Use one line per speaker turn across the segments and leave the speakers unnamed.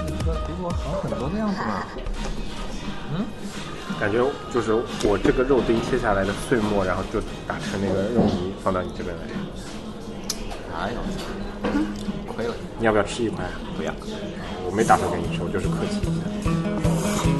国好像很多的样子嘛。
感觉就是我这个肉丁切下来的碎末，然后就打成那个肉泥放到你这边来。
哎呦，亏了，
你要不要吃一块？
不要。
我没打算给你吃，我就是客气一下。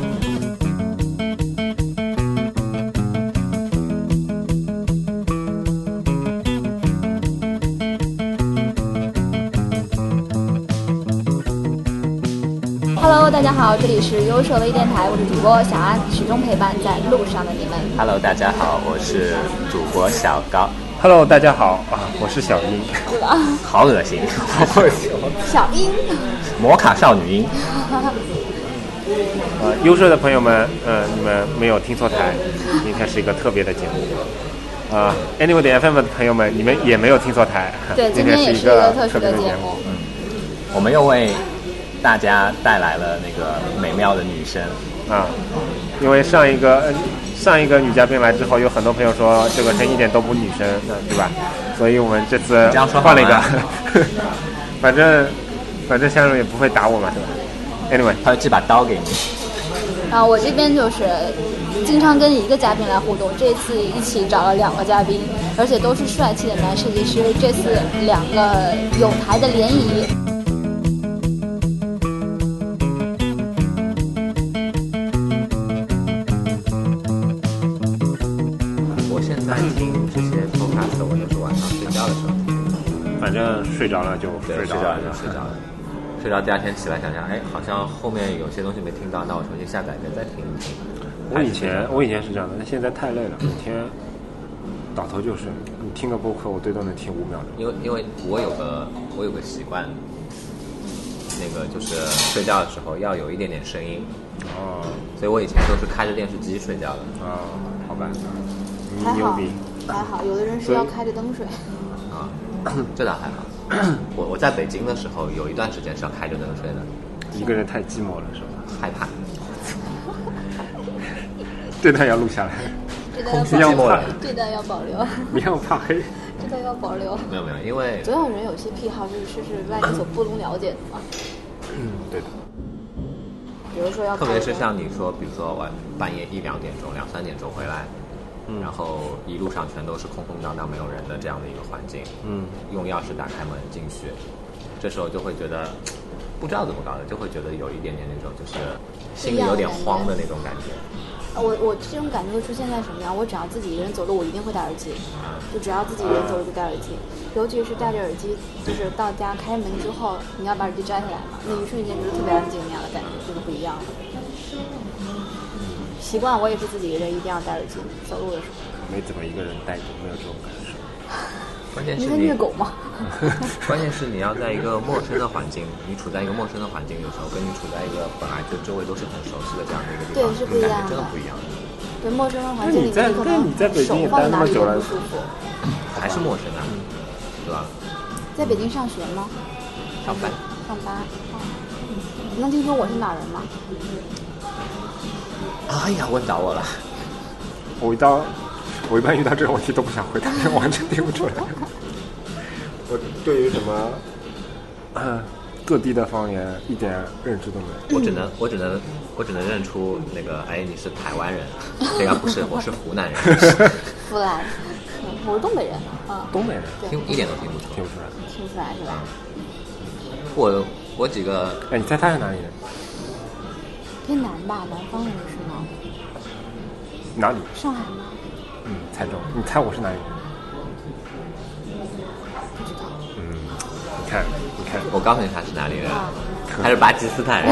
Hello，大家好，这里是优设微电台，我是主播小安，始终陪伴在路上的你们。
Hello，大家好，我是主播小高，
Hello，大家好啊，我是小英。
好恶 心，好恶心，
小英，
摩卡少女音，
呃，优秀的朋友们，呃，你们没有听错台，今天是一个特别的节目。啊、a n y w a y 的 FM 的朋友们，你们也没有听错台，
对，今
天
天也
是一
是一个特
特
殊
别
的
的
节
目
目。，
我们又为大家带来了那个美妙的女声，
啊，因为上一个呃上一个女嘉宾来之后，有很多朋友说这个声音一点都不女生，那对吧？所以我们这次
你这样说好
换了一个
吗，
反正反正香茹也不会打我嘛，对吧？Anyway，
她会寄把刀给你。
然啊后我这边就是经常跟一个嘉宾来互动，这次一起找了两个嘉宾，而且都是帅气的男设计师。这次两个有台的联谊，
我现在听这些 podcast，我都是晚上睡觉的时候听，
反正睡着了就
对，
睡
睡
着
着
了
了，就睡着了。睡着第二天起来想想，哎，好像后面有些东西没听到，那我重新下载一遍再听一听。
我以前我以前是这样的，但现在太累了，每天倒头就睡。你听个播客，我最多能听五秒钟。
因为因为我有个我有个习惯，那个就是睡觉的时候要有一点点声音，
哦
所以我以前都是开着电视机睡觉的。
啊，好吧，你
还
牛
好
逼。，
还好，有的人是要开着灯睡。
啊， 这倒还好。 我我在北京的时候，有一段时间是要开着灯睡的，
一个人太寂寞了，是吧？
害怕。
这段要录下来，
这段
空虚要
要保
没
留， 这段要保留，
你要怕黑。
这段要保留。
没有没有，因为
总有人有些癖好是是是外界所不能了解的嘛，
嗯，对的。
比如说要
特
看
别是像你说，比如说晚半夜一两点钟、两三点钟回来，
嗯
然后一路上全都是空空荡荡、没有人的这样的一个环境，
嗯，
用钥匙打开门进去，这时候就会觉得不知道怎么搞的，就会觉得有一点点那种就是心里有点慌的那种感觉。
我我这种感觉会出现在什么呀？我只要自己一个人走路，我一定会戴耳机，就只要自己一个人走路就戴耳机，尤其是戴着耳机，就是到家开门之后，你要把耳机摘下来嘛，那一瞬间就是特别安静那样的感觉，就是不一样的。习惯我也是自己一个人一定要戴耳机走路的时候。
没怎么一个人待过，没有这种感受。
关键
你
是
在
你
虐，狗吗？
关键是你要在一个陌生的环境，你处在一个陌生的环境的时候，跟你处在一个本来就周围都是很熟悉的这样的一个地方，
对是不
你
一样的
感觉真的不一样的，
对，陌生的环
那
境
你
里
在
面可
那
能
你在北京
手
也待
放
那
哪
么
里
久
都
了
不舒服。
还是陌生啊，
嗯
对吧？
在北京上学吗？
上班
上班。哦你能听说我是 哪人吗？
哎呀，问倒 我了。
我一到，我一般遇到这种问题都不想回答，因为完全听不出来。我对于什么，呃，各地的方言一点认知都没有。
我只能，我只能，我只能认出那个，哎，你是台湾人， 这个不是，我是湖南人，
不来，嗯我是东北人啊，
东北人
听一点都听不出
听。不出来。
听不出来是吧？
我我几个
哎，你猜他是哪里人？
偏南吧，南方人是吗？
哪里？
上海吗？
嗯，猜中。你猜我是哪里人？
不知道
嗯，你看，你看，
我告诉你他是哪里人，
啊，
他是巴基斯坦人。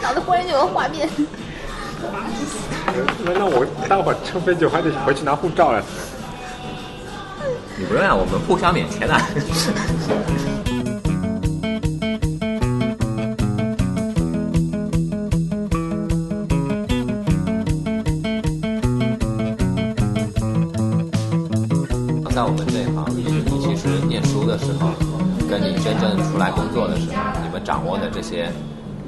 脑子忽然就有画面。
哎那那我待会儿乘飞机我还得回去拿护照了。
你不用啊，我们互相 免签的。在我们这一行，就是你其实念书的时候，跟你真正出来工作的时候，你们掌握的这些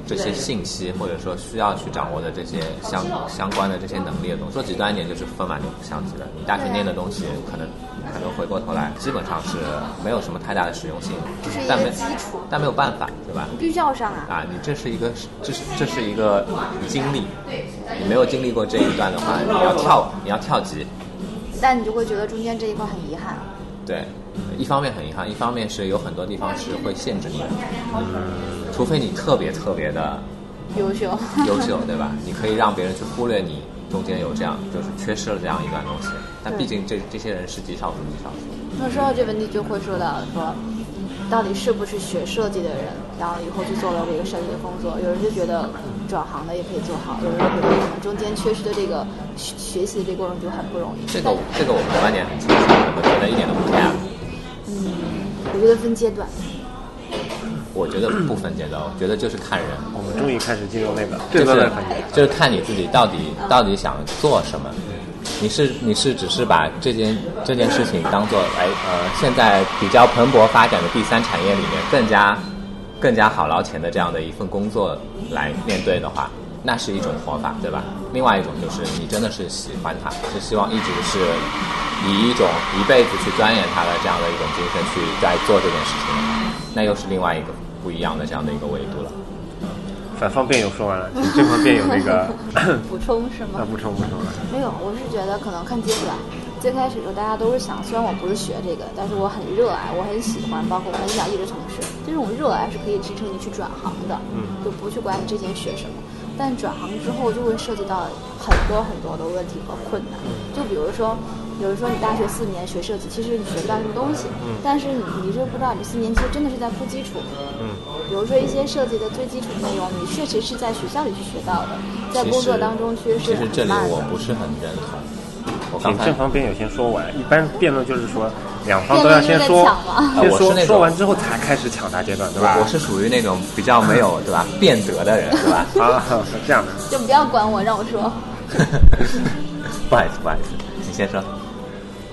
这些信息，或者说需要去掌握的这些相相关的这些能力的东西，说极端一点就是风马牛不相及的。你大学念的东西，可能可能回过头来基本上是没有什么太大的实用性
这是一，个
但没
基础
但没有办法，对吧？
你必须要上啊！
啊，你这是一个，这是这是一个经历，你没有经历过这一段的话，你要跳，你要跳级，
但你就会觉得中间这一块很遗憾。
对，一方面很遗憾，一方面是有很多地方是会限制你的，除非你特别特别的
优 秀，
优秀，对吧？你可以让别人去忽略你中间有这样，就是缺失了这样一段东西。但毕竟这这些人是极少数，极少数。
那说到这问题，就会说到说，到底是不是学设计的人，然后以后去做了这个设计的工作？有人就觉得转行的也可以做好，有人就觉得可能中间缺失的这个学学习的这个过程就很不容易。
这个这个我们观点很清楚，我们觉得一点都不 care。
我觉得分阶段，
我觉得不分阶段，我觉得就是看人，
我们终于开始进入那个
就
正
是
当的环节。
就是看你自己到底到底想做什么。你是你是只是把这件这件事情当做哎呃现在比较蓬勃发展的第三产业里面更加更加好捞钱的这样的一份工作来面对的话，那是一种活法，对吧？另外一种就是你真的是喜欢它，是希望一直是以一种一辈子去钻研它的这样的一种精神去在做这件事情的话，那又是另外一个不一样的这样的一个维度了。
反方辩友说完了，你这方辩友那个
补充是
啊，？
吗
补充补充了。
没有，我是觉得可能看阶段。最开始的时候，大家都是想，虽然我不是学这个，但是我很热爱，我很喜欢，包括我很想一直从事。这种热爱是可以支撑你去转行的，
嗯
就不去管你之前学什么。但转行之后就会涉及到很多很多的问题和困难，
嗯
就比如说，比如说你大学四年学设计，其实你学不到什么东西，
嗯
但是你你就不知道你四年其实真的是在铺基础，
嗯，
比如说一些设计的最基础内容，你确实是在学校里去学到的，在工作当中其实
其
是
实这
很
里
慢
我
的。
不是很认同。我刚
请
才
正方辩友先说完。一般辩论就是说，两方都要先说
辩论就是在抢，嘛
先
啊我是
说
那种
说完之后才开始抢答阶段，对吧？
我我是属于那种比较没有对吧变得的人，对吧？
啊，这样的。
就不要管我，让我说。
不好意思，不好意思，你先说。
嗯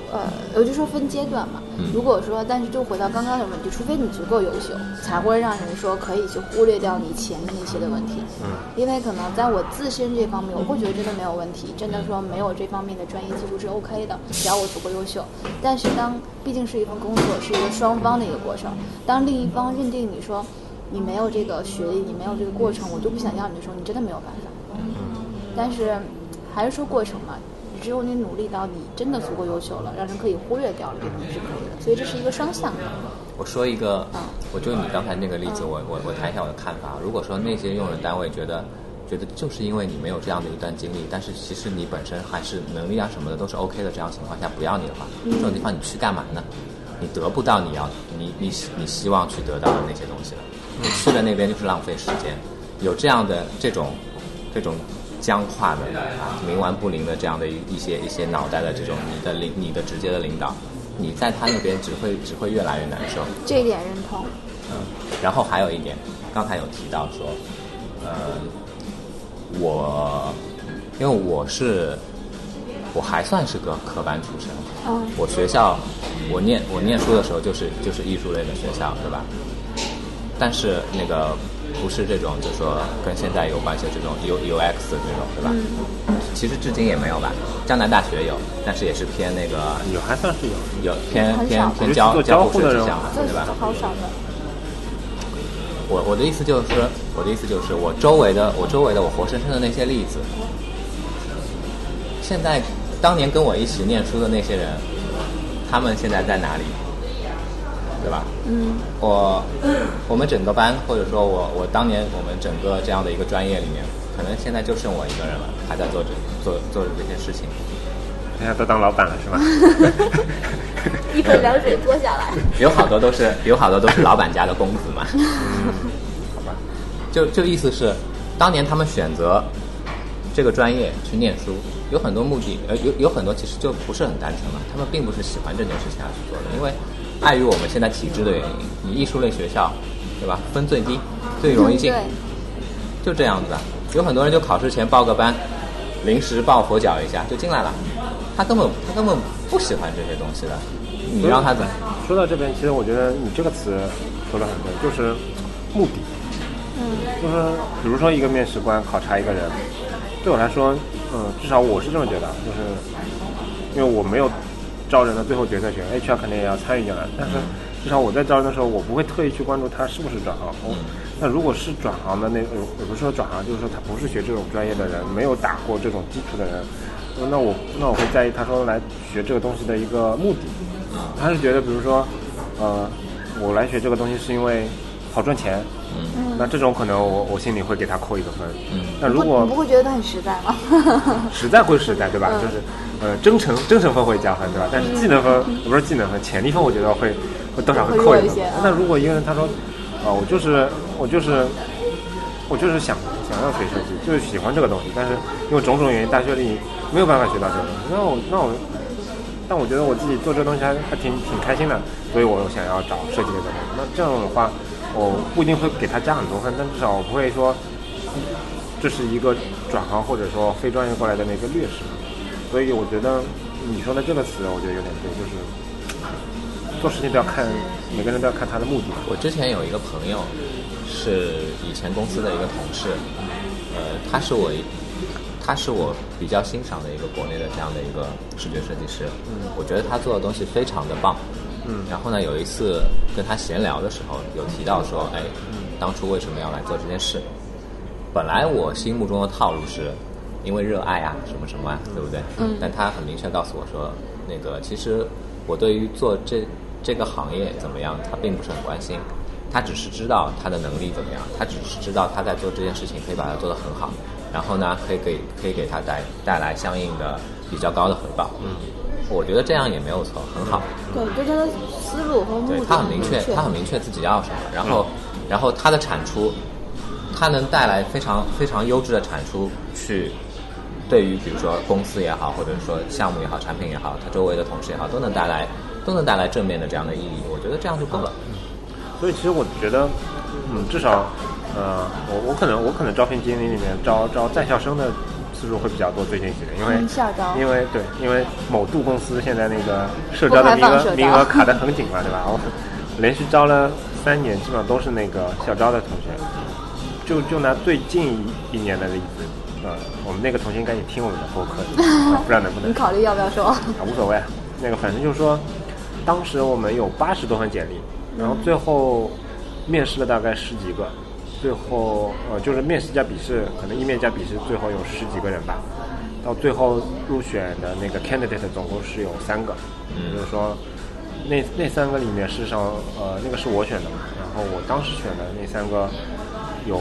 呃，我就说分阶段嘛。
嗯
如果说，但是就回到刚刚的问题，除非你足够优秀，才会让人说可以去忽略掉你前面那些的问题。
嗯，
因为可能在我自身这方面，我会觉得真的没有问题，真的说没有这方面的专业技术是 OK 的，只要我足够优秀。但是当毕竟是一份工作，是一个双方的一个过程，当另一方认定你说你没有这个学历，你没有这个过程，我就不想要你的时候，你真的没有办法。但是还是说过程嘛，只有你努力到你真的足够优秀了，让人可以忽略掉了，这个是可以的。所以这是一个双向的。
我说一个
嗯，
我就你刚才那个例子，我我我谈一下我的看法。如果说那些用人单位觉得觉得就是因为你没有这样的一段经历，但是其实你本身还是能力啊什么的都是 OK 的，这样情况下不要你的话，这种地方你去干嘛呢？你得不到你要你你你希望去得到的那些东西了，你去了那边就是浪费时间。有这样的这种这种僵化的啊冥顽不灵的这样的一一些一些脑袋的这种你的领你的直接的领导，你在他那边只会只会越来越难受。
这一点认同，
然后还有一点，刚才有提到说，呃，我因为我是我还算是个科班出身，
嗯
我学校我念我念书的时候就是就是艺术类的学校，对吧？但是那个不是这种，就说跟现在有关系的这种 U U X 这种，对吧？
嗯
其实至今也没有吧，江南大学有，但是也是偏那个
有还算是有，
有偏
很
偏
少
我
偏
觉得
交
做
交
交
互
互
设
的
计
人
项目，
这
对吧？
是好少的。
我我的意思就是，我的意思就是，我周围的我周围的我活生生的那些例子，现在当年跟我一起念书的那些人，他们现在在哪里？对吧？
嗯，
我我们整个班，或者说我我当年我们整个这样的一个专业里面，可能现在就剩我一个人了，还在做这做做这些事情。
现在都当老板了是 吧？
一盆凉水泼下来。
有好多都是 有好多都是老板家的公子嘛。好吧，就就意思是，当年他们选择这个专业去念书，有很多目的，呃，有有很多其实就不是很单纯嘛。他们并不是喜欢这件事情而去做的，因为碍于我们现在体制的原因，你艺术类学校，对吧？分最低，最容易进。
嗯对，
就这样子的。有很多人就考试前报个班，临时抱佛脚一下就进来了，他根本他根本不喜欢这些东西的，你让他怎么？
说到这边，其实我觉得你这个词说的很对，就是目的。嗯，就是比如说一个面试官考察一个人，对我来说，嗯，至少我是这么觉得，就是因为我没有招人的最后决策权，HR 肯定也要参与进来。但是至少我在招人的时候，我不会特意去关注他是不是转行。我那如果是转行的那，呃也不是说转行，就是说他不是学这种专业的人，没有打过这种基础的人，那我那我会在意他说来学这个东西的一个目的。他是觉得，比如说，呃，我来学这个东西是因为好赚钱。嗯，那这种可能我我心里会给他扣一个分。嗯，那如
不
果
你不会觉得他很实在吗？
实在归实在，对吧？就是，呃，真诚真诚分会加分，对吧？但是技能分不是技能分，潜力分我觉得会会多少会扣
会弱
一
一
分
些
吧
嗯。
那如果一个人他说，啊、我就是我就是我就是想想要学设计，就是喜欢这个东西，但是因为种种原因，大学里没有办法学到这个东西，那我那我。但我觉得我自己做这东西还还挺挺开心的，所以我想要找设计类的人。那这样的话，我不一定会给他加很多分，但至少我不会说这是一个转行或者说非专业过来的那个劣势。所以我觉得你说的这个词，我觉得有点对，就是做事情都要看每个人都要看他的目的吧。
我之前有一个朋友，是以前公司的一个同事，呃，他是我一，他是我比较欣赏的一个国内的这样的一个视觉设计师，嗯，我觉得他做的东西非常的棒，嗯，然后呢，有一次跟他闲聊的时候，有提到说，哎，当初为什么要来做这件事？本来我心目中的套路是，因为热爱啊，什么什么啊，对不对？嗯。但他很明确告诉我说，那个其实我对于做这这个行业怎么样，他并不是很关心，他只是知道他的能力怎么样，他只是知道他在做这件事情可以把它做得很好，然后呢，可以给可以给他带带来相应的比较高的回报。嗯。我觉得这样也没有错，很好。
对，对他的思路和目
对
的
他哦很明确，他很明确自己要什么，然后，然后他的产出，他能带来非常非常优质的产出，去对于比如说公司也好，或者说项目也好，产品也好，他周围的同事也好，都能带来都能带来正面的这样的意义，我觉得这样就够了。
所以其实我觉得，嗯，至少，呃，我我可能我可能招聘经理里面招招在校生的次数会比较多，最近几年，因为
嗯校招
因为对，因为某度公司现在那个社招的名
不开放社
额
招
名额卡得很紧嘛，对吧？我连续招了三年，基本上都是那个校招的同学。就就拿最近一年的例子，呃，我们那个同学应该也听我们的播 客，啊不知道能不能
你考虑要不要说？
啊，无所谓。那个反正就是说，当时我们有八十多份简历，然后最后面试了大概十几个，最后呃就是面试加笔试，可能一面加笔试，最后有十几个人吧。到最后入选的那个 candidate 总共是有三个，也就是说那那三个里面，事实上呃那个是我选的嘛，然后我当时选的那三个有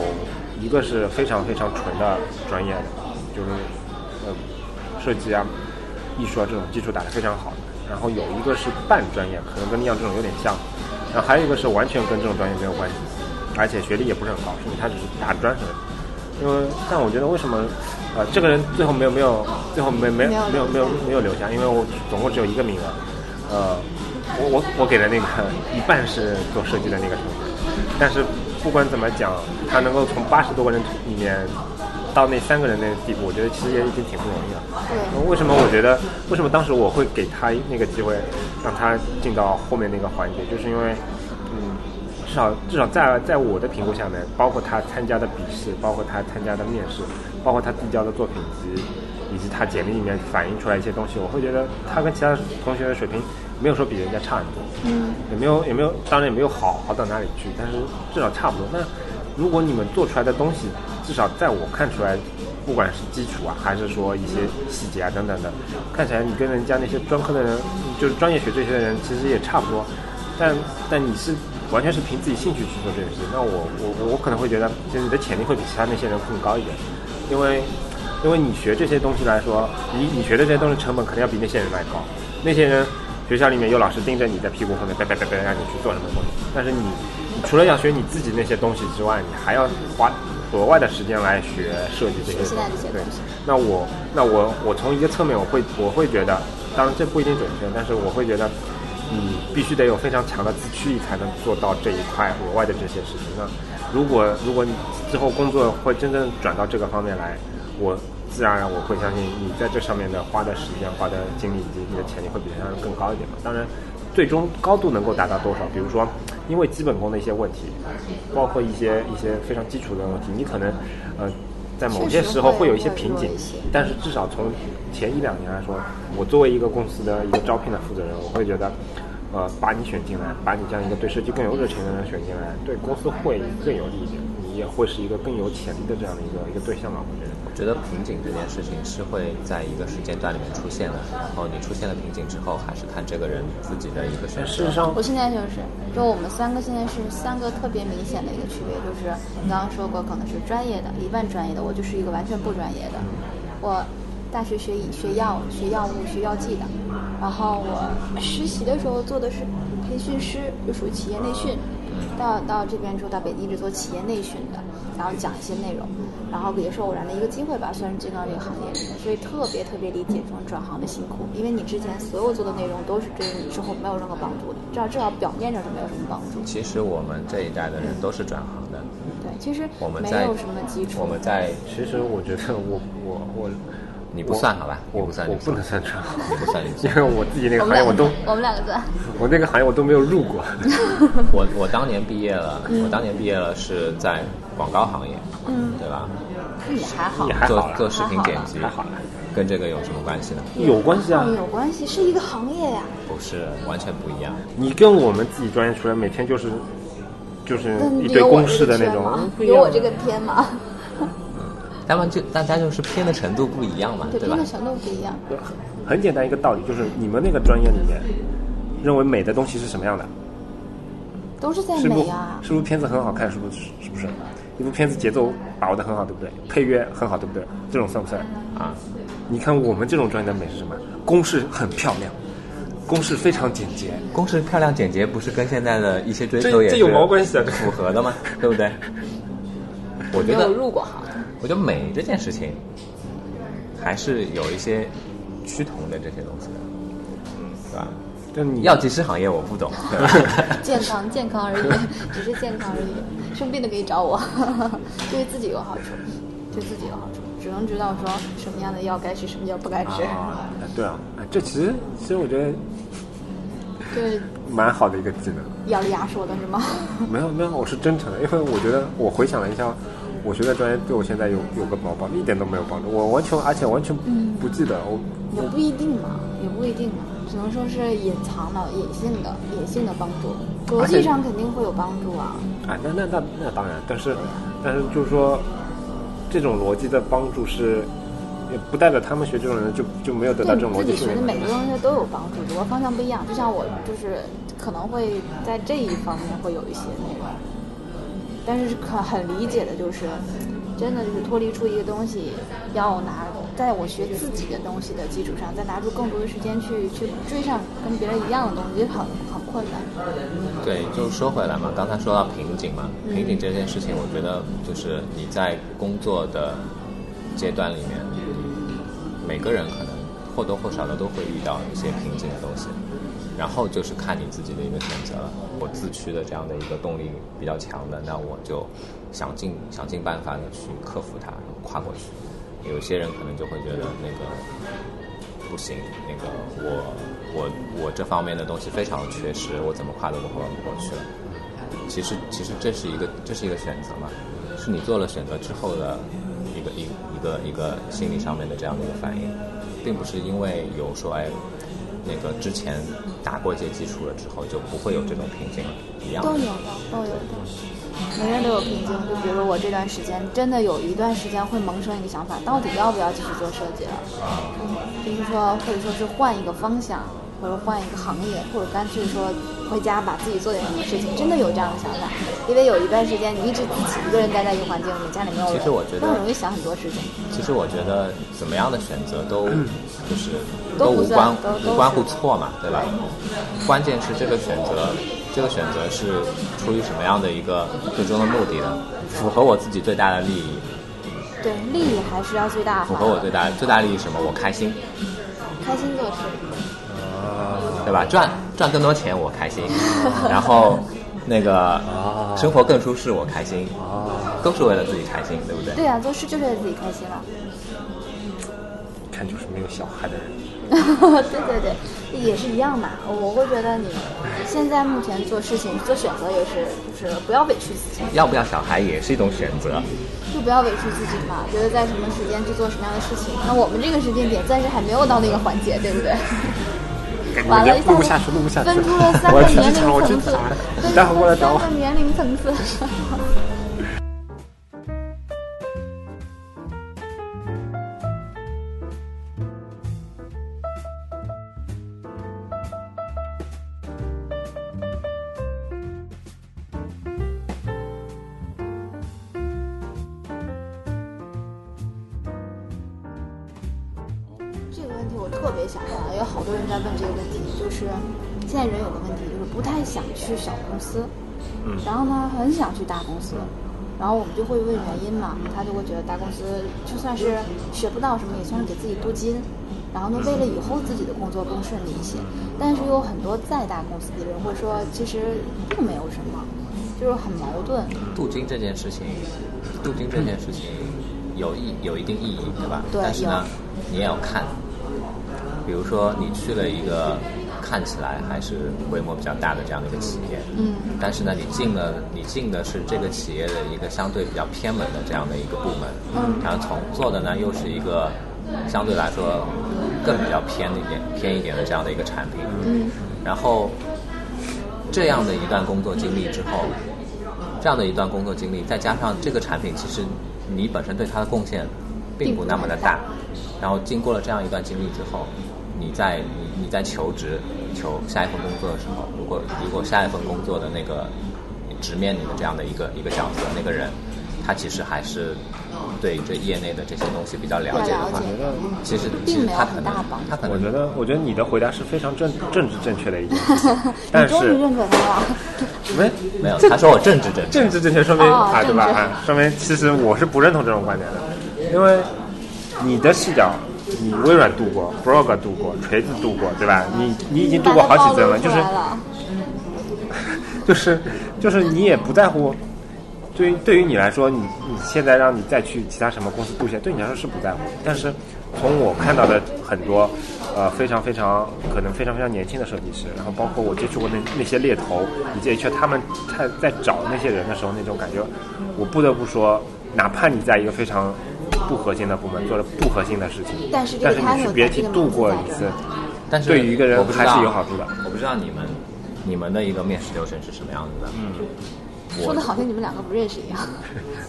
一个是非常非常纯的专业的，就是呃设计啊、艺术啊这种基础打得非常好。然后有一个是半专业，可能跟你这种有点像。然后还有一个是完全跟这种专业没有关系，而且学历也不是很高，甚至他只是大专生。因为，但我觉得为什么，呃，这个人最后没有没有最后没没
没有
没有没有没有留下，因为我总共只有一个名额。呃，我我我给的那个一半是做设计的那个同学，但是不管怎么讲，他能够从八十多个人里面到那三个人那个地步，我觉得其实也已经挺不容易了。
对
为什么我觉得为什么当时我会给他那个机会，让他进到后面那个环节，就是因为，嗯，至少至少在在我的评估下面，包括他参加的笔试，包括他参加的面试，包括他递交的作品集，以及他简历里面反映出来一些东西，我会觉得他跟其他同学的水平没有说比人家差很多，嗯，也没有也没有，当然也没有好好到哪里去，但是至少差不多。那如果你们做出来的东西，至少在我看出来，不管是基础啊，还是说一些细节啊等等的，看起来你跟人家那些专科的人，就是专业学这些的人，其实也差不多。但但你是完全是凭自己兴趣去做这件事，那我我我可能会觉得，就是你的潜力会比其他那些人更高一点，因为因为你学这些东西来说，你你学的这些东西成本肯定要比那些人来高，那些人。学校里面有老师盯着你在屁股后面，叭叭叭叭让你去做什么东西。但是你，你除了要学你自己那些东西之外，你还要花额外的时间来学设计这些东
学
西
习那这些。
对
东西，
那我那我我从一个侧面我会我会觉得，当然这不一定准确，但是我会觉得，你必须得有非常强的自驱力才能做到这一块额外的这些事情。那如果如果你之后工作会真正转到这个方面来，我自然而然我会相信你在这上面的花的时间、花的精力以及你的潜力会比人家人更高一点嘛。当然，最终高度能够达到多少，比如说因为基本功的一些问题，包括一些一些非常基础的问题，你可能呃在某些时候
确实会
会有一些瓶
会
颈
有一些，
但是至少从前一两年来说，我作为一个公司的一个招聘的负责人，我会觉得，呃，把你选进来，把你这样一个对设计更有热情的人选进来，对公司会更有利一点，你也会是一个更有潜力的这样的一个一个对象吧，我觉得。
我觉得瓶颈这件事情是会在一个时间段里面出现的，然后你出现了瓶颈之后，还是看这个人自己的一个选
但
择。
事实上
我，现在就是，就我们三个现在是三个特别明显的一个区别，就是你刚刚说过，可能是专业的，一半专业的，我就是一个完全不专业的。我大学学医、学药、学药物、学药剂的，然后我实习的时候做的是培训师，就属于企业内训。到到这边之后，到北京一直做企业内训的，然后讲一些内容，然后也是偶然的一个机会吧，算是进到这个行业里面，所以特别特别理解这种转行的辛苦，因为你之前所有做的内容都是对你之后没有任何帮助的，至少至少表面上是没有什么帮助。
其实我们这一代的人都是转行的，
对，其实
我们
没
在
有什么基础。
我们 在
其实我觉得我我我，
你不算好吧？
我
你不算，
我
你
不能
算，
算账，
你不算，你不算
因为我自己那个
我
行
们
业
两
我
个
都，
我们两个 在，
我那个行业我都没有入 过。
我我当年毕业了，
嗯
我当年毕业了是在广告行业，嗯，对吧？
也还好
也，还好
做
啦
做视频剪辑，
还好啦
跟这个有什么关系呢？
有关系啊，
有关系，是一个行业呀、
不是，完全不一样。
你跟我们自己专业出来，每天就是就是
但
嗯一
你
堆
有我
公
这
式
个
的那
偏吗
种，
有我这个偏吗？
他们就大家就是偏的程度不一样嘛，
对，
吧
偏的？程度不一样。
很简单一个道理，就是你们那个专业里面认为美的东西是什么样的？
都是在
是不
美啊，
是不是片子很好看？是不是是不是？一部片子节奏把握的很好，对不对？配乐很好，对不对？这种算不算？
啊，
你看我们这种专业的美是什么？公式很漂亮，公式非常简洁，
公式漂亮简洁，不是跟现在的一些追求
这
也
这
是
有毛关系啊？这
符 合的吗？对不对？我
没
觉得
有入过行。
我觉得美这件事情，还是有一些趋同的这些东西的，对吧？
但你
药剂师行业我不懂，对 吧
健康，健康而已，只是健康而已。生病的可以找我， 对自己有好处，对自己有好处，只能知道说什么样的药该吃，什么药不该吃。
啊，对啊，哎这其实其实我觉得
对，
蛮好的一个技能。
咬着牙说的是吗？
没有没有，我是真诚的，因为我觉得我回想了一下，我学的专业对我现在有有个毛帮，一点都没有帮助。我完全而且完全不记得，我
也不一定嘛，也不一定嘛，只能说是隐藏的、隐性的、隐性的帮助。逻辑上肯定会有帮助啊，
啊，那那那那当然，但是但是就是说，这种逻辑的帮助是，也不代表他们学这种人就就没有得到
对
这种逻
自
辑
己
训
学
练
的
吧。
每个东西都有帮助，只不过方向不一样。就像我就是可能会在这一方面会有一些那个，但是可很理解的就是，真的就是脱离出一个东西，要拿在我学自己的东西的基础上，再拿出更多的时间去去追上跟别人一样的东西，很很困难。
对，就说回来嘛，刚才说到瓶颈嘛，瓶颈这件事情，我觉得就是你在工作的阶段里面，每个人可能或多或少的都会遇到一些瓶颈的东西，然后就是看你自己的一个选择了。我自驱的这样的一个动力比较强的，那我就想尽想尽办法的去克服它，然后跨过去。有些人可能就会觉得那个不行，那个我我我这方面的东西非常缺失，我怎么跨都跨不过去了。其实其实这是一个这是一个选择嘛，是你做了选择之后的一个一一个一个心理上面的这样的一个反应，并不是因为有说哎那个之前打过一些基础了之后就不会有这种瓶颈了一样
都
的。
有的，都有的，每个人都有瓶颈。就比如我这段时间，真的有一段时间会萌生一个想法，到底要不要继续做设计了？就是说，或者说是换一个方向，或者换一个行业，或者干脆说回家把自己做点什么事情，真的有这样的想法。因为有一段时间你一直自己一个人待在一个环境里，家里没有人，
其实我觉得
那容易想很多事情。
其实我觉得怎么样的选择都就是
嗯都
无
不
关
算都都
无关
是
乎错嘛，对吧？关键是这个选择，这个选择是出于什么样的一个最终的目的呢？符合我自己最大的利益，
对，利益还是要最大
符
化
合，我最大最大利益是什么？我开心，
开心做事。
对吧？赚赚更多钱我 开心，然后那个生活更舒适我开心，都是为了自己开心，对不对？
对啊，做事就是为自己开心了。
看就是没有小孩的人，
对 对对，也是一样嘛。我会觉得你现在目前做事情、做选择也是，就是不要委屈自己。
要不要小孩也是一种选择，
就不要委屈自己嘛，觉得在什么时间去做什么样的事情。那我们这个时间点暂时还没有到那个环节，对不 对？完了，一
录不下去，录不下去。
分出了三
我
个
要去
年
机
龄
场，我去
层
机
次
场，，
分
你待会儿
出
过来
了
找
三
我
个。年龄层次。这个问题我特别想问，啊，有好多人在问这个问题，就是现在人有个问题，就是不太想去小公司，嗯，然后呢很想去大公司，然后我们就会问原因嘛，他就会觉得大公司就算是学不到什么，也算是给自己镀金，然
嗯
后呢为了以后自己的工作更顺利一些，但是有很多在大公司的人会说，其实并没有什么，就是很矛盾，
镀金这件事情，镀金这件事情有意有一定意义，对吧？
对
但是呢，你也要看，比如说你去了一个看起来还是规模比较大的这样的一个企业，
嗯，
但是呢，你进了你进的是这个企业的一个相对比较偏门的这样的一个部门，
嗯
然后从做的呢又是一个相对来说更比较偏一点偏一点的这样的一个产品，
嗯，
然后这样的一段工作经历之后，这样的一段工作经历，再加上这个产品，其实你本身对它的贡献并不那么的大，然后经过了这样一段经历之后，你在你你在求职求下一份工作的时候，如果如果下一份工作的那个直面你的这样的一个一个角色那个人，他其实还是对这业内的这些东西比较了解的
比较
话
了解，
其实其
啊并
实
没有
他可
很
能
大帮助，
他可
我
能
觉得，我觉得你的回答是非常政政治正确的一件事情
你
但
终于
是
认可他了，
没
没有，他说我政治正确。
政治正确，说明
哦
啊，对吧？
政治
啊，说明其实我是不认同这种观点的，因为你的视角，你微软度过，Frog 度过，锤子度过，对吧？你你已经度过好几轮了，
你
就
把它暴
是
露出来了
就是就是你也不在乎。对于对于你来说，你你现在让你再去其他什么公司布线，对你来说是不在乎。但是从我看到的很多，呃，非常非常可能非常非常年轻的设计师，然后包括我接触过那那些猎头以及 HR，他们在在找那些人的时候，那种感觉，我不得不说，哪怕你在一个非常不核心的部门做了不核心的事情，但
但是这个
你去
title
别提
在这个
度过
名
一
字
次
在这儿，
但是
对于一个人
我不知道
还是有好处的。
我不知道你们你们的一个面试流程是什么样子的。嗯，
说的好像你们两个不认识一样。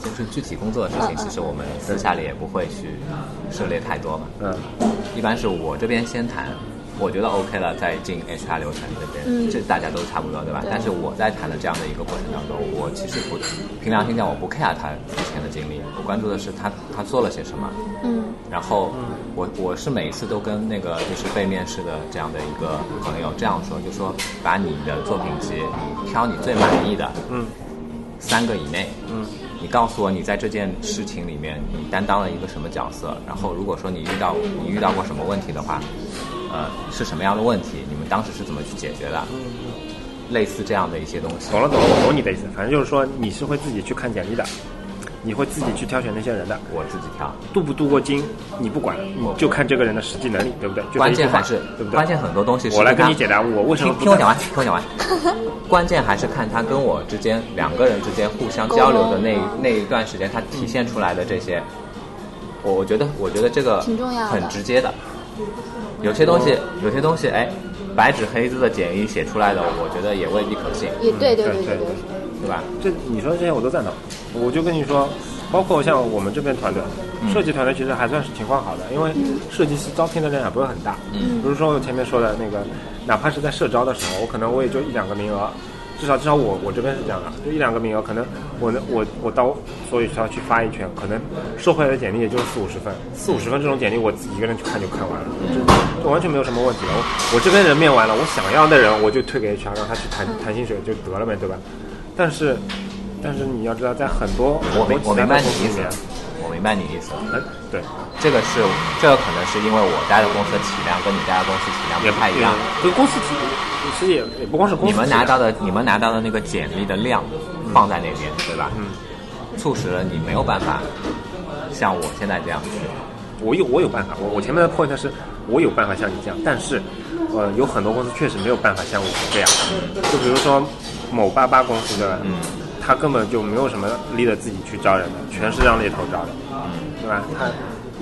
就是具体工作的事情，其实我们私下里也不会去涉猎太多嘛。
嗯，
一般是我这边先谈，我觉得 OK 了，再进 HR 流程这边，
嗯
这大家都差不多对吧？
对
但是我在谈的这样的一个过程当中，我其实不凭良心讲，我不 care 他之前的经历，我关注的是他他做了些什么。
嗯，
然后我我是每一次都跟那个就是被面试的这样的一个朋友这样说，就说把你的作品集挑你最满意的，嗯，三个以内，嗯，你告诉我你在这件事情里面你担当了一个什么角色，然后如果说你遇到你遇到过什么问题的话，呃，是什么样的问题，你们当时是怎么去解决的，
嗯
类似这样的一些东西
懂。了懂了，我懂你的意思。反正就是说，你是会自己去看简历的，你会自己去挑选那些人的。
我自己挑，
镀不镀过金，你不管，你就看这个人的实际能力，对不对？就这
关
一句
键
话
还是
对不对？
关键很多东西是
我来
跟
跟
他
你解答，我为什么不
听听我讲完，听我讲完。 关键还是看他跟我之间两个人之间互相交流的那
沟通
那一段时间，他体现出来的这些，我我觉得我觉得这个
挺重要的
很直接的。有些东西，有些东西，哎，白纸黑字的简历写出来的，我觉得也未必可信，
也对
对
对对
对
对
对
对吧？
这你说的这些我都赞同，我就跟你说，包括像我们这边团队，设计团队其实还算是情况好的，因为设计师招聘的量也不是很大。
嗯，
比如说我前面说的那个，哪怕是在社招的时候，我可能我也就一两个名额，至少至少我我这边是这样的，就一两个名额，可能我能我我到所有学校去发一圈，可能收回来的简历也就是四五十份，四五十份这种简历我自己一个人去看就看完了，这这完全没有什么问题了。我我这边人面完了，我想要的人我就推给 HR 让他去谈谈薪水就得了呗，对吧？但是但是你要知道，在很多
我明
很多其他
我明
的
白你
公司
意
里
思
面，，
我明白你意思。
哎，对，
这个是这个可能是因为我待的公司的体量跟你待的公司体量
也
不太一样。，
跟嗯公司其实其实也也不光是公
你
司体量，
们拿到的你们拿到的那个简历的量放在那边，对吧？
嗯，
促使了你没有办法像我现在这样去。
我有我有办法，我我前面的 point 是我有办法像你这样，但是，呃，有很多公司确实没有办法像我这样，就比如说某八八公司的，
嗯，
他根本就没有什么力的自己去招人的，全是让猎头招的，
嗯
对吧？他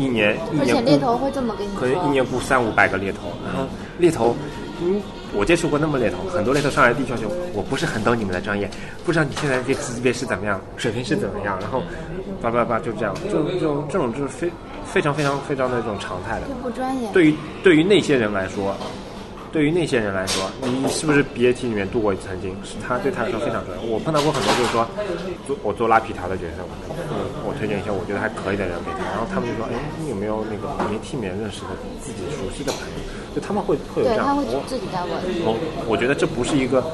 一年一
而且
年
猎
雇
头会这么跟你
可能一
说，
年雇三五百个猎头，然后猎头，嗯，我接触过那么猎头，很多猎头上来第一句话就我不是很懂你们的专业，不知道你现在这个级别是怎么样，水平是怎么样，然后叭叭叭就这样，就就这种就是非非常非常非常的这种常态的
就。不专业。
对于对于那些人来说，对于那些人来说，你是不是 BAT 里面度过曾经？是他对他来说非常重要。我碰到过很多就是说，做我做拉皮条的角色，嗯我我推荐一些我觉得还可以的人给他，然后他们就说，哎，你有没有那个 BAT 里面认识的自己熟悉的朋友？就他们会会有这
对，他
样，
会
我
自己带我。
我我觉得这不是一个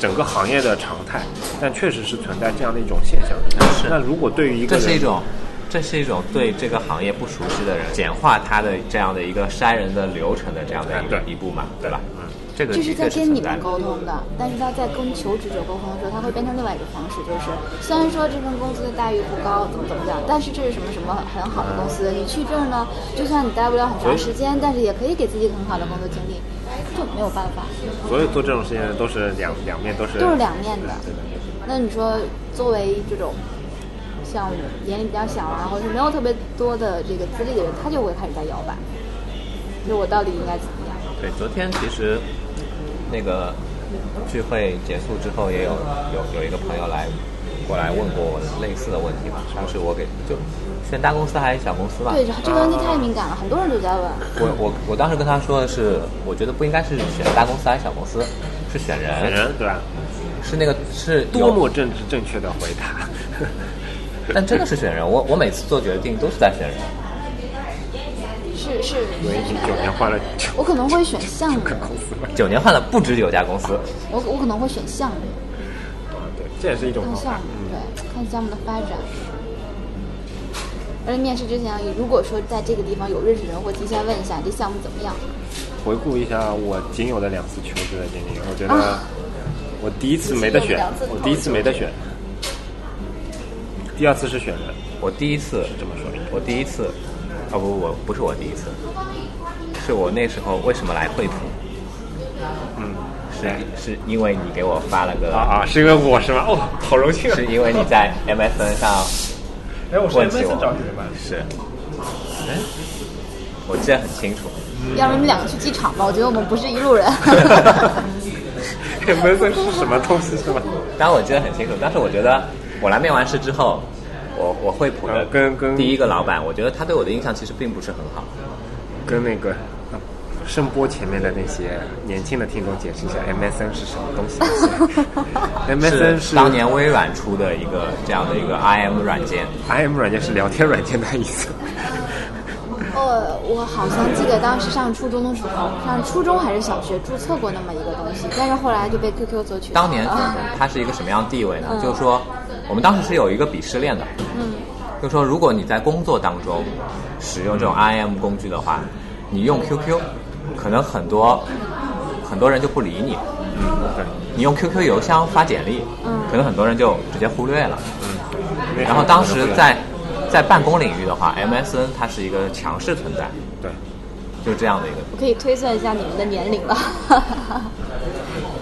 整个行业的常态，但确实是存在这样的一种现象。
是
那如果对于一个
这
人，
是一种，这是一种对这个行业不熟悉的人简化他的这样的一个筛人的流程的这样的一
哎
个
对
一步嘛，对吧？嗯，这个
这
的
是
确
在跟你
存在
们
的
沟通的，但是他在跟求职者沟通的时候，他会变成另外一种方式，就是虽然说这份工资的待遇不高，怎么怎么样，但是这是什么什么很好的公司，你去这儿呢，就算你待不了很长时间，但是也可以给自己很好的工作经历，就没有办法，
所有做这种事情的都是两两面都是
都是两面的
对对对。
那你说，作为这种像我年龄比较小啊，或者是没有特别多的这个资历的人，他就会开始在摇摆，就我到底应该怎么样？
对，昨天其实那个聚会结束之后，也有有有一个朋友来过来问过我类似的问题嘛，当时我给就现在大公司还是小公司嘛，
对，这个问题太敏感啊了，很多人都在问。
我我我当时跟他说的是，我觉得不应该是选大公司还是小公司，是选人，
本人对吧？
是那个是
多
有
么政治正确的回答。
但真的是选人，我我每次做决定都是在选人。
是是，
因为你九年换了九
我可能会选项目，
个公司嘛，
九年换了不止九家公司，
我我可能会选项目，
对，这也是一种
看
方
项
法
目。，对，看项目的发展。而且面试之前，如果说在这个地方有认识人，会提前问一下这项目怎么样。
回顾一下我仅有的两次求职的经历，我觉得
啊
我第一次没得选
仅有的两次，
我第一次没得选，第二次是选人，
我第一次
这么说应该
我第一次，啊不不，我不是我第一次，是我那时候为什么来惠普？
嗯，
是啊是因为你给我发了个，
啊啊，是因为我是吗？哦，好荣幸啊！
是因为你在 MSN 上
哎，我是
问起
MSN
我
找你的吗？
是，哎，我记得很清楚，
要不你们两个去机场吧，我觉得我们不是一路 人。
？MSN 是什么东西是吗？
当然我记得很清楚，但是我觉得我来面完试之后，我我惠普的
呃跟跟
第一个老板，我觉得他对我的印象其实并不是很好。
跟那个呃声波前面的那些年轻的听众解释一下，MSN 是什么东 西？MSN 是
当年微软出的一个这样的一个 IM 软件，
IM 软件是聊天软件的意思。
我呃我好像记得当时上初中的时候，上初中还是小学注册过那么一个东西，但是后来就被 QQ 所取代了。
当年它是一个什么样的地位呢？
啊嗯
就是说，我们当时是有一个鄙视链的，
嗯，
就是说，如果你在工作当中使用
嗯
这种 IM 工具的话，你用 QQ，可能很多很多人就不理你，你用 QQ 邮箱发简历，
嗯
可能很多人就直接忽略了。
那
然后当时在在办公领域的话，MSN 它是一个强势存在，
对，
就这样的一个。
我可以推算一下你们的年龄 了。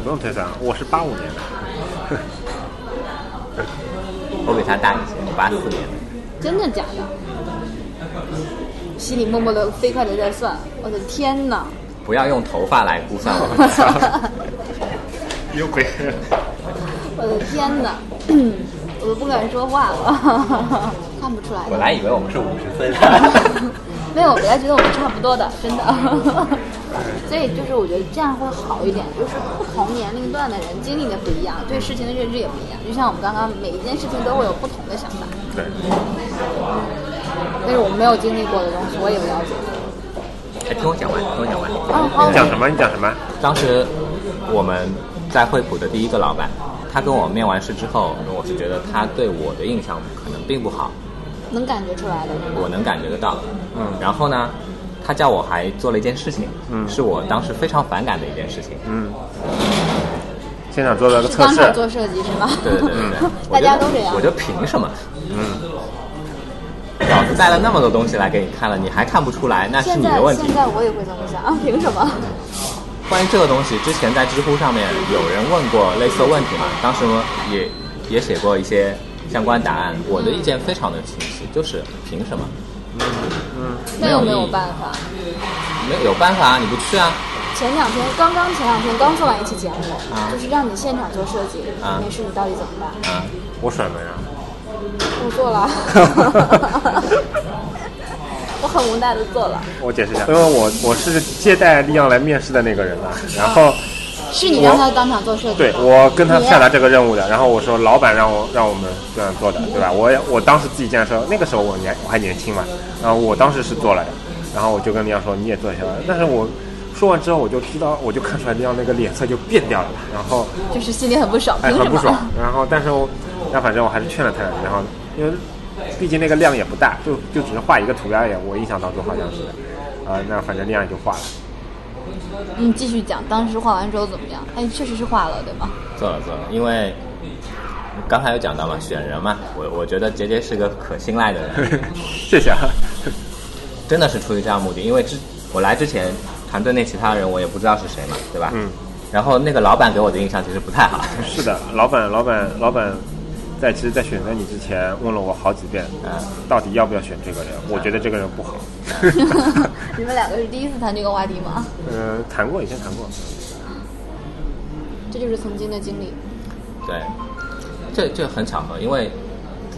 不用推算，啊我是八五年的，
我比他大一些，我八四年的。
真的假的？心里默默的飞快的在算，我的天 哪！
不要用头发来估 算我们。
有鬼！
我的天哪！嗯我都不敢说话了， 看不出来
本
的。
来以为我们是五十 分的，
没有，我本来觉得我们差不多的， 真的。所以就是我觉得这样会好一点，就是不同年龄段的人经历的不一样，对事情的认知也不一样。就像我们刚刚每一件事情都会有不同的想法，
对，
但是我们没有经历过的东西，我也不了解。
哎，听我讲完，听我讲完。
嗯，好，
你讲什么？你讲什么？
当时我们在惠普的第一个老板，他跟我面完试之后，我是觉得他对我的印象可能并不好，
能感觉出来的。
我能感觉得到。
嗯
然后呢，他叫我还做了一件事情，
嗯
是我当时非常反感的一件事情。
嗯，现场做了个
是
测
当
试，
场做设计是吗？
对对对对对，我
大
就
家都这样
我。就凭什么？
嗯，
老子带了那么多东西来给你看了，你还看不出来，那是
现
你
在
的问题
现。在我也会这么想啊，凭什么？
关于这个东西，之前在知乎上面有人问过类似的问题嘛？当时我也也写过一些相关答案。
我的意见非常的清晰，就是凭什么？
那又没
没有
有
意义
办法。
没有有办法啊，你不去啊？
前两天刚刚前两天刚做完一期节目，
啊
就是让你现场做设计，
啊
没事你到底怎么办？
啊，
我选了呀，
我做 了，我很无奈的做了，
我解释一下，因为我我是接待利昂来面试的那个人啊，然后
是你让他当场做设计，
对我跟他下达这个任务的，然后我说老板让我让我们这样做的，对吧？我也我当时自己竟然说那个时候我年我还年轻嘛，然后我当时是做了的，然后我就跟李阳说你也做一下吧，但是我说完之后我就知道我就看出来李阳那个脸色就变掉了，然后
就是心里很不爽，
哎
凭
很
什
不爽
么？，
然后但是我但反正我还是劝了他，然后因为毕竟那个量也不大，就就只是画一个图标而已，我印象当中好像是的，啊、那反正那样就画了。
嗯，继续讲，当时画完之后怎么样？哎，确实是画了，对 吗？
做了做了，
因为刚才有讲到嘛，选人嘛，我我觉得杰杰是个可信赖的人，
谢谢啊，
真的是出于这样目的。因为之我来之前，团队内其他人我也不知道是谁嘛，对吧？
嗯。
然后那个老板给我的印象其实不太好，
是的，老板，老板，老板在其实，在选择你之前问了我好几遍，到底要不要选这个人？我觉得这个人不好。
你们两个是第一次谈这个话题吗？
嗯、谈过，以前谈过。
这就是曾经的经历。
对，这这很巧合，因为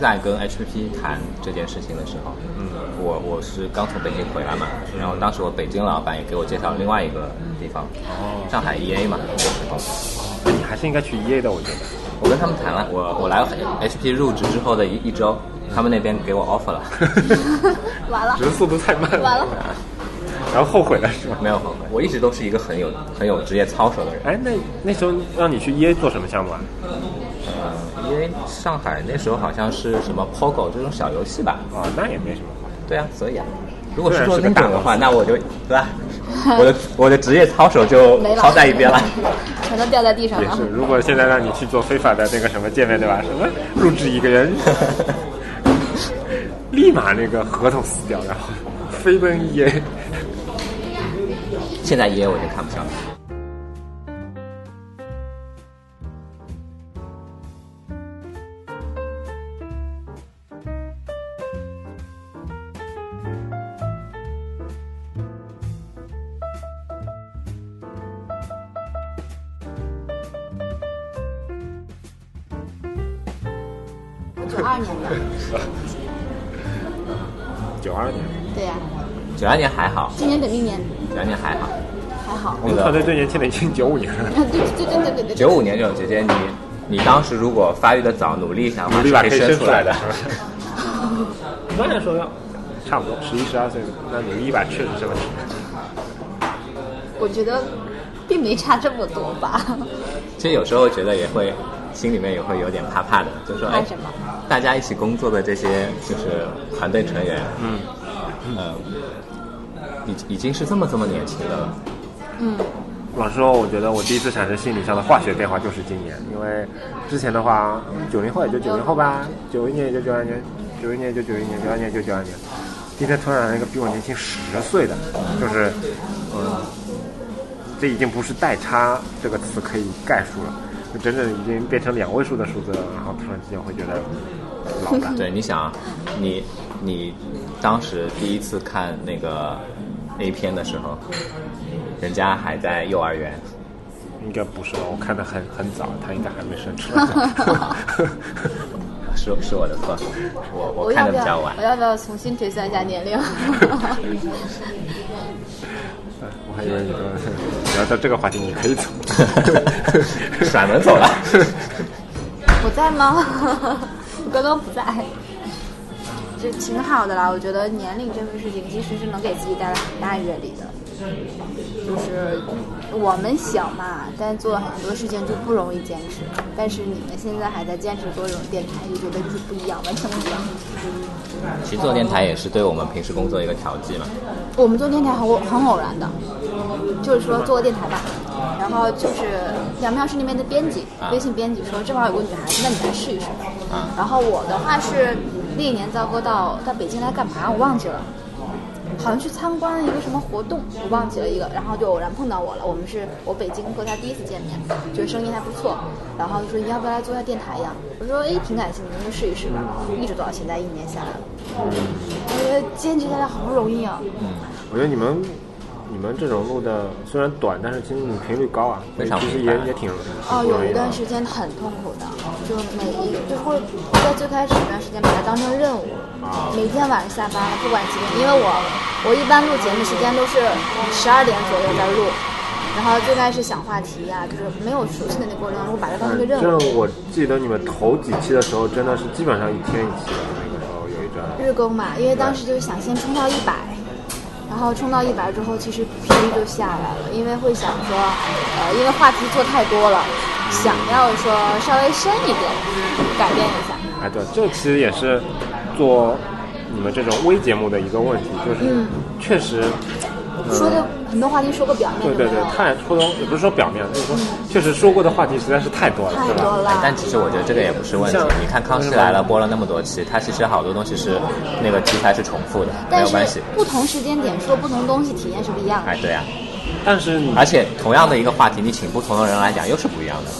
在跟 HPP 谈这件事情的时候，嗯，我我是刚从北京回来嘛，然后当时我北京老板也给我介绍了另外一个地方，哦，上海 EA 嘛，我是公司
那你还是应该去 EA 的，我觉得。
我跟他们谈了，我我来 HP 入职之后的一一周，他们那边给我 offer 了，
完了
只，是速度太慢了。
完了
然后后悔了是吧？
没有后悔。我一直都是一个很有很有职业操守的人。
哎，那那时候让你去 EA 做什么项目啊？
呃，因为上海那时候好像是什么 POGO 这种小游戏吧？
啊，那也没什么。
对啊，所以啊，如果是做
对啊是
那
个大
种的话，
公司
那我就对吧？我的我的职业操守就
没了，
抛在一 边了。，
全都掉在地上
也
了
是，。如果现在让你去做非法的那个什么界面，对吧？什么入职一个人， 立马那个合同撕掉，然后飞奔 EA。
现在 EA 我就看不上了。
九二年的，
九二年，
对呀、
九二年还好，
今年本命年
九二年还好，
还 好。
我们团队最年轻的已经九五年了。
对对对对对对，
九五年这种姐姐你。你当时如果发育的早，努力一下的话，
努力把
是
可
可
以生
以生
出
出
来
来
的
的。。
一般来说要差不多十一十二岁的，那努力一把确实是问题。
我觉得并没差这么多吧。
其实有时候觉得也会，心里面也会有点怕怕的，就说
怕
哎
什么，
大家一起工作的这些就是团队成员，嗯，呃，已已经是这么这么年轻的了，
嗯，
老实说，我觉得我第一次产生心理上的化学变化就是今年，因为之前的话，九零后也就九零后吧，九一年也就九二年，九一年也就九一年，九二年也就九二年。今天突然来一个比我年轻十岁的，就是，嗯，这已经不是代差这个词可以概述了，就整整已经变成两位数的数字了，然后突然之间会觉得老了。
嗯
对，你想啊，你你当时第一次看那个 A 片的时候，人家还在幼儿园，
应该不是吧？我看的很很早，他应该还没生出 来。
是是我的错，我
我要
看的
不
比较
要
晚
我，要不要重新推算一下年龄？
我还以为你说聊到这个话题，你可以走。
甩门走了。
我在吗？ 我刚刚不在。这挺好的啦，我觉得年龄这个事情其实是能给自己带来很大阅历的。就是我们小嘛，但做了很多事情就不容易坚持。但是你们现在还在坚持做这种电台，就觉得就是不一样，完全不一样。
其实做电台也是对我们平时工作一个调剂嘛。
我们做电台很偶很偶然的，就是说做个电台吧，然后就是梁妙是那边的编辑，微信编辑说正好有个女孩子，那你来试一试。然后我的话是那一年糟糕到到北京来干嘛，我忘记了。好像去参观了一个什么活动，我忘记了一个，然后就偶然碰到我了。我们是我北京和他第一次见面，觉得生意还不错，然后就说你要不要来做一下电台呀？我说哎，挺感兴趣，就试一试吧。一直做到现在，一年下来了，我觉得坚持下来好不容易啊。
我觉得你们你们这种录的虽然短，但是其实你频率高啊，
非常
其实
频繁
也也挺
哦，
挺不
有
容易
一
的啊
段。时间很痛苦的，就每一就会在最开始一段时间把它当成任务，每天晚上下班不管几点，因为我我一般录节目时间都是十二点左右在录，然后最开始想话题呀、就是没有熟悉的那过程当中把它当成一个
嗯，
任
这
务，
我记得你们头几期的时候，真的是基本上一天一期的，那个时候有一阵儿。
日更嘛，因为当时就是想先冲到一百，然后冲到一百之后，其实频率就下来了，因为会想说，呃，因为话题做太多了，想要说稍微深一点，改变一下。
哎，对，这其实也是做你们这种微节目的一个问题，就是
嗯
确实，
说的很多话题说个表面
对对
就没
对
有，
太说也不是说表面，就是说确实说过的话题实在是太多了，
嗯太
对
多
吧？
了。
但其实我觉得这个也不是问题
像。
你看《康熙来了》播了那么多期，它其实好多东西是那个题材是重复的，没
但
有关系
是。不同时间点说不同东西，体验是不一样的。
哎，对呀、
但是你
而且同样的一个话题，你请不同的人来讲又是不一样的。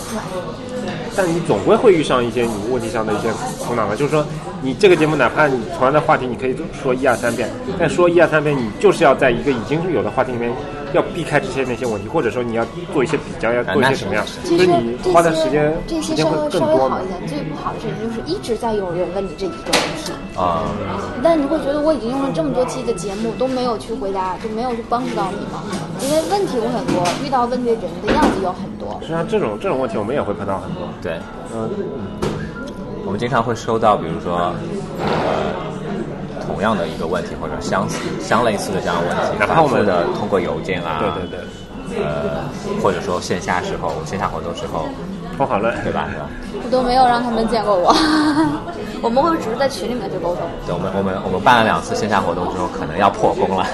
但你总归会遇上一些你问题上的一些苦恼的，就是说你这个节目哪怕你同样的话题你可以说一二三遍，但说一二三遍你就是要在一个已经有的话题里面要避开这些那些问题，或者说你要做一些比较，
哎
要做一些什么样，所
其实
以你
这
花的
些
时间
这
时
些
间
稍
会
微
更
稍微
多嘛
好一。点，最不好的事情就是一直在有人问你这一个问题，
啊、
但你会觉得我已经用了这么多期的节目都没有去回答，就没有去帮助到你吗？因为问题有很多，遇到问题的人的样子有很多
实。际上这种这种问题我们也会碰到很多。
对，
嗯，
我们经常会收到，比如说，呃，同样的一个问题或者相似相类似的这样的问题，
哪怕我们
反复的通过邮件啊，
对对对，
呃，或者说线下时候线下活动时候，
方法论
对吧？对吧
我都没有让他们见过我， 我们会只是在群里面去沟通。
对，我们我们我们办了两次线下活动之后，可能要破功了，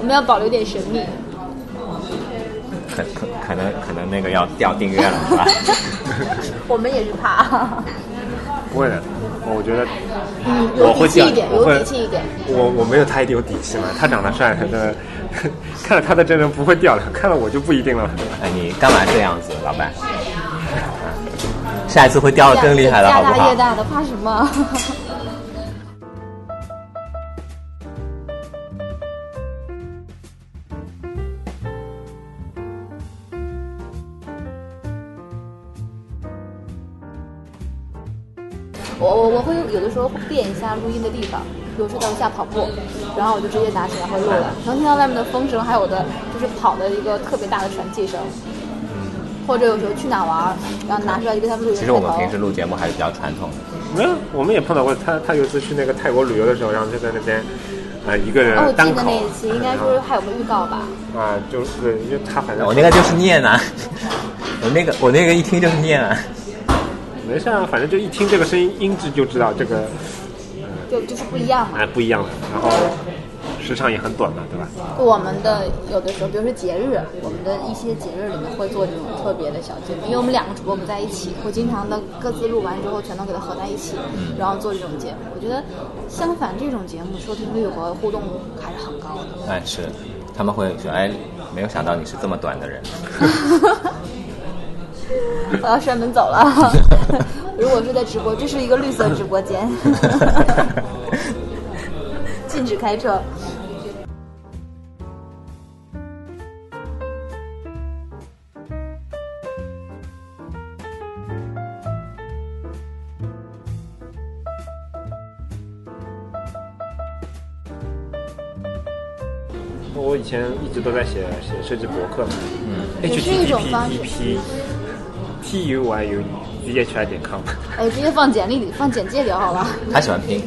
我们要保留点神秘。
可可可能可能那个要掉订阅了，是吧？
我们也是怕，
不会的，我觉得
嗯，
我
有
会
底
这
气
样
一点，
我
有
会
底气一点。
我我没有他一定有底气嘛，他长得帅，他的 看了他的真人不会掉的，看了我就不一定了。
哎，你干嘛这样子，老板？下一次会掉的更厉害了，好
家
不
大
好
业？大的，怕什么？ 我我我会有的时候会变一下录音的地方，比如说在楼下跑步，然后我就直接拿起来会录了，能听到外面的风声，还有我的就是跑的一个特别大的喘气声，或者有时候去哪玩儿，然后拿出来就跟他们录一个
嗯其实我们
开头
平时录节目还是比较传统的，
没有，我们也碰到过他，他有一次去那个泰国旅游的时候，然后就在那边，呃，一个人
哦，我
单
记
口嗯
得那一期应该说是还有个预告吧，
啊，就是对，就他反正
我那个就是念啊，我那个我那个一听就是念啊，
没事啊，反正就一听这个声音音质就知道这个
就就是不一样嘛。
哎不一样了，然后时长也很短嘛，对吧？
我们的有的时候，比如说节日，我们的一些节日里面会做这种特别的小节目，因为我们两个主播不在一起，会经常的各自录完之后全都给它合在一起，
嗯
然后做这种节目。我觉得相反，这种节目收听率和互动还是很高的。
哎是，他们会说哎，没有想到你是这么短的人，
我要摔门走了。 如果是在直播，这是一个绿色直播间， 禁止开车。
我以前一直都在写写设计博客嘛，嗯
也是一种方式
T P T U I U E G H I 点 com，
哎，直接放简历里，放简介里好了。
他喜欢拼，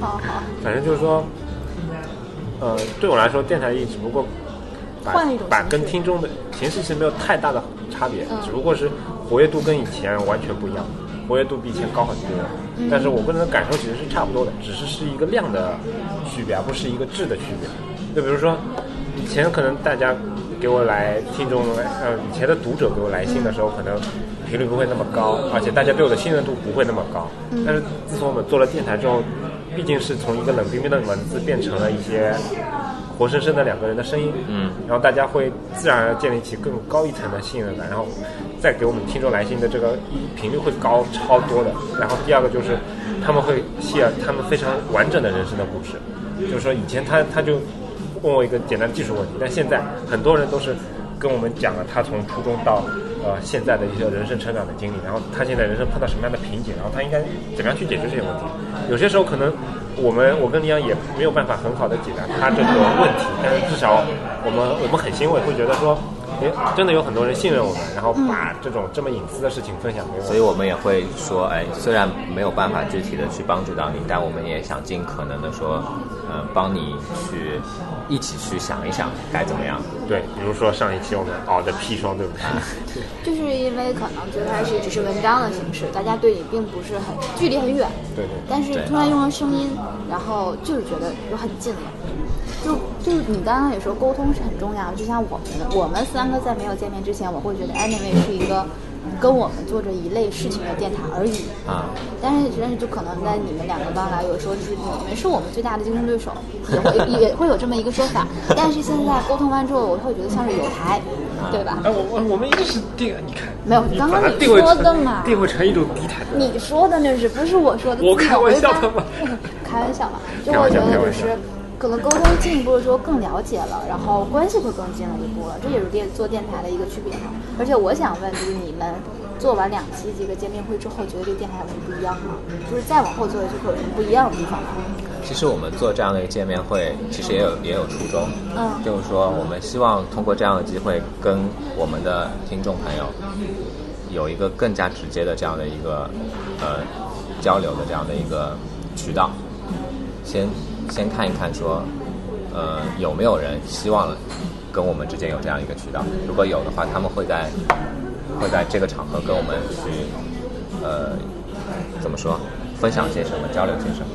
好好，
反正就是说，呃，对我来说，电台也只不过把
换一种
把
形式
跟听众的形式其实没有太大的差别，
嗯
只不过是活跃度跟以前完全不一样，活跃度比以前高很多，
嗯
但是我个人的感受其实是差不多的，只是是一个量的区别，而不是一个质的区别。就比如说，以前可能大家给我来听众来，呃，以前的读者给我来信的时候，可能频率不会那么高，而且大家对我的信任度不会那么高。
嗯
但是自从我们做了电台之后，毕竟是从一个冷冰冰的文字变成了一些活生生的两个人的声音，
嗯，
然后大家会自然而然建立起更高一层的信任感，然后再给我们听众来信的这个一频率会高超多的。然后第二个就是他们会 share 他们非常完整的人生的故事，就是说以前他他就问我一个简单技术问题，但现在很多人都是跟我们讲了他从初中到呃现在的一些人生成长的经历，然后他现在人生碰到什么样的瓶颈，然后他应该怎么样去解决这些问题。有些时候可能我们我跟李阳也没有办法很好的解答他这个问题，但是至少我们我们很欣慰，会觉得说。诶，真的有很多人信任我们，然后把这种这么隐私的事情分享给我们
所以我们也会说，哎，虽然没有办法具体的去帮助到你，但我们也想尽可能的说，嗯、帮你去一起去想一想该怎么样。
对，比如说上一期我们哦熬的砒霜，对不对？
就是因为可能最开始只是文章的形式，大家对你并不是很距离很远，
对对
但是
对
突然用了声音，然后就是觉得就很近了。就就是你刚刚也说沟通是很重要，就像我们我们三个在没有见面之前，我会觉得 Anyway 是一个跟我们做着一类事情的电台而已。
啊、
但是但是就可能在你们两个刚来，有时候就是你们是我们最大的竞争对手，也会也会有这么一个说法。但是现在沟通完之后，我会觉得像是有台，对吧？
哎，我我我们一直定，你看，
没有
你
刚
把它
刚你
定位
说
成
的嘛
定位成一种敌台的，
你说的那是不是我说的？
我开玩笑的嘛
自己脑回答开玩笑嘛，就
开
我
玩笑
觉得
开
就
玩笑
是可能沟通进一步的时候更了解了，然后关系会更近了一步了，这也是电做电台的一个区别嘛。而且我想问，就是你们做完两期这个见面会之后，觉得这电台有什么不一样吗？就是再往后做的就会有什么不一样的地方吗？
其实我们做这样的一个见面会，其实也有也有初衷，
嗯
就是说我们希望通过这样的机会，跟我们的听众朋友有一个更加直接的这样的一个呃交流的这样的一个渠道，先先看一看说，呃有没有人希望跟我们之间有这样一个渠道，如果有的话，他们会在会在这个场合跟我们去呃怎么说分享些什么，交流些什么。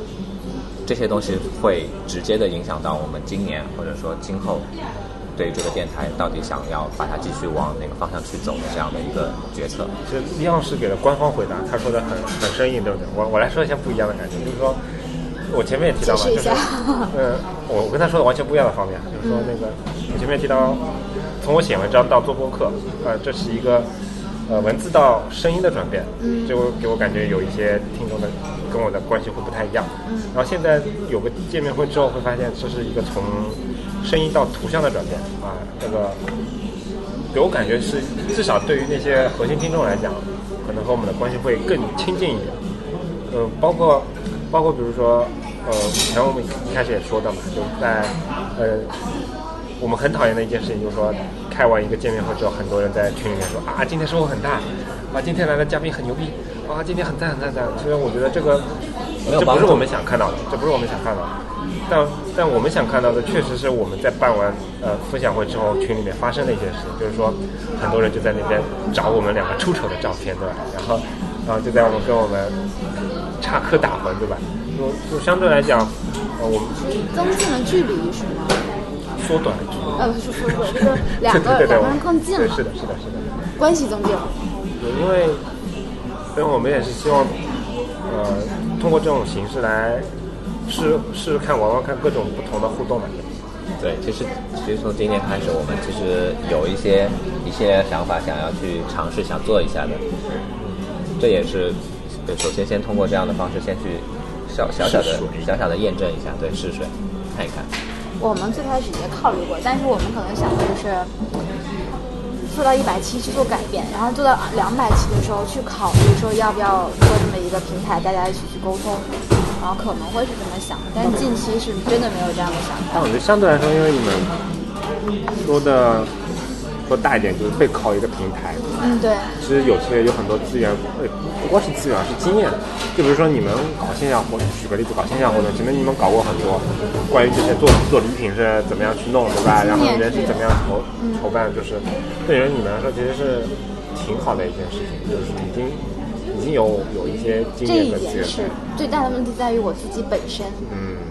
这些东西会直接的影响到我们今年或者说今后对于这个电台到底想要把它继续往哪个方向去走的这样的一个决策。
这李老师给了官方回答，他说的很很生硬，对不对？我我来说一下不一样的感觉，就是说，我前面也提到嘛，就
解释一
是
下，
呃，我我跟他说的完全不一样的方面，就是说那个，
嗯
我前面提到，从我写文章到做播客，呃，这是一个呃文字到声音的转变，
嗯
就给我感觉有一些听众的跟我的关系会不太一样，
嗯
然后现在有个见面会之后，会发现这是一个从声音到图像的转变啊，这个给我感觉是，至少对于那些核心听众来讲，可能和我们的关系会更亲近一点。呃，包括包括比如说，呃，以前我们一开始也说到嘛，就在呃，我们很讨厌的一件事情就是说，开完一个见面会之后，很多人在群里面说啊，今天收获很大，啊，今天来的嘉宾很牛逼，啊，今天很赞很赞很赞。其实我觉得这个
没有
这
帮
不是
助
我们想看到的，这不是我们想看到的。但但我们想看到的，确实是我们在办完呃分享会之后，群里面发生的一件事情，就是说很多人就在那边找我们两个出丑的照片，对吧？然后然后就在我们跟我们插科打诨，对吧？就就相对来讲，呃，我们
增进了距离是吗？
缩短了距离。
呃，不是说说 就是两个
对对对
两个人更近
对，
了，
是的，是的，是的。
关系增进了。
对，因为因为我们也是希望，呃，通过这种形式来试试试看、玩玩看各种不同的互动嘛。
对，其实其实从今年开始，我们其实有一些一些想法想要去尝试，想做一下的。这也是对，首先先通过这样的方式先去小小小的小小的验证一下，对，试水，看一看。
我们最开始也考虑过，但是我们可能想的就是做到一百期去做改变，然后做到两百期的时候去考虑说要不要做这么一个平台，大家一起去沟通，然后可能会是这么想，但近期是真的没有这样的想法。
但我觉得相对来说，因为你们说的说大一点，就是背靠一个平台，
嗯，对，
其实有些有很多资源，呃，不光是资源，是经验。就比如说你们搞线下活，举个例子，搞线下活动，前面你们搞过很多关于这些做做礼品是怎么样去弄，对
嗯
吧？然后人是怎么样筹筹办，就是对于你们来说其实是挺好的一件事情，就是已经已经有有一些经
这
验
一
和资
点
源。
是最大的问题在于我自己本身，
嗯，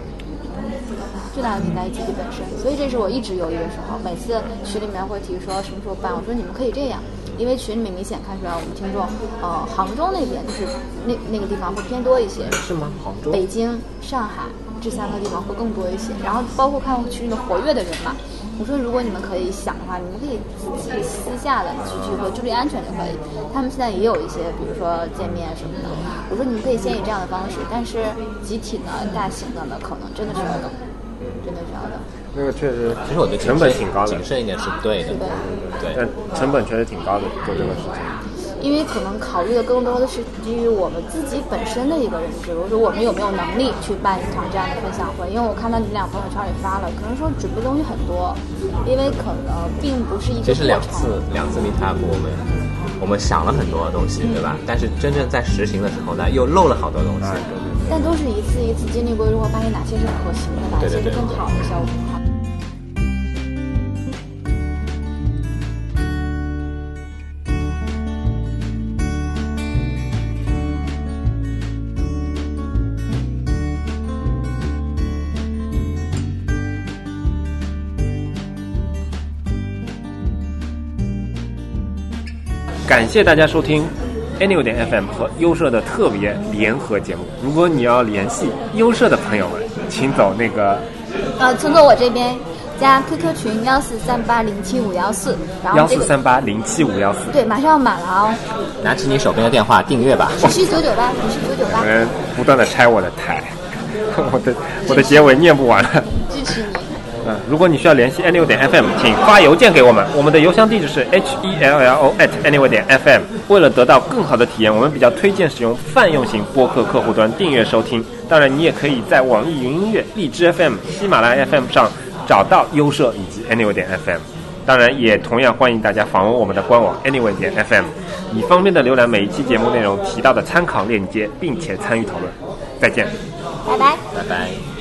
最大的问题在于自己本身，所以这是我一直犹豫的时候。每次群里面会提说什么时候办，我说你们可以这样，因为群里面明显看出来我们听众，呃，杭州那边就是那那个地方会偏多一些，
是吗？杭州
北京、上海这三个地方会更多一些。然后包括看群里面活跃的人嘛，我说如果你们可以想的话，你们可以自己私下的去聚会，注意安全就可以。他们现在也有一些，比如说见面什么的。我说你们可以先以这样的方式，但是集体呢、大型的呢，可能真的是要等，真的是要等。
那个确实，
其实我觉得谨
成本挺高的
谨，慎一点是对的对
对。
但，成本确实挺高的做这个事情。
因为可能考虑的更多的是基于我们自己本身的一个认知，我说我们有没有能力去办一场这样的分享会？因为我看到你俩朋友圈里发了，可能说准备东西很多，因为可能并不是一个
其实两
过程
次两次 meet up，我们我们想了很多东西，对吧？但是真正在实行的时候呢，又漏了好多东西。
但都是一次一次经历过之后，发现哪些是可行的，哪些是更好的效果。
感谢大家收听 Anyway 点 FM 和优社的特别联合节目。如果你要联系优社的朋友们，请走那个
呃，通过我这边加 QQ 呃群幺四三八零七五幺四，然后
幺
这
四
个
三八零七五幺四。
对马上要满了哦，
拿起你手边的电话订阅吧。
五十九九八，五十九九
我
八，
们不断的拆我的台， 我的我的结尾念不完了。
支持你。
嗯，如果你需要联系 Anyway 点 FM，请发邮件给我们，我们的邮箱地址是 h e l l o at anyway 点 FM。为了得到更好的体验，我们比较推荐使用泛用型播客客户端订阅收听。当然，你也可以在网易云音乐、荔枝 FM、喜马拉雅 FM 上找到优社以及 Anyway 点 FM。当然，也同样欢迎大家访问我们的官网 Anyway 点 FM，以方便的浏览每一期节目内容提到的参考链接，并且参与讨论。再见。
拜拜。
拜拜。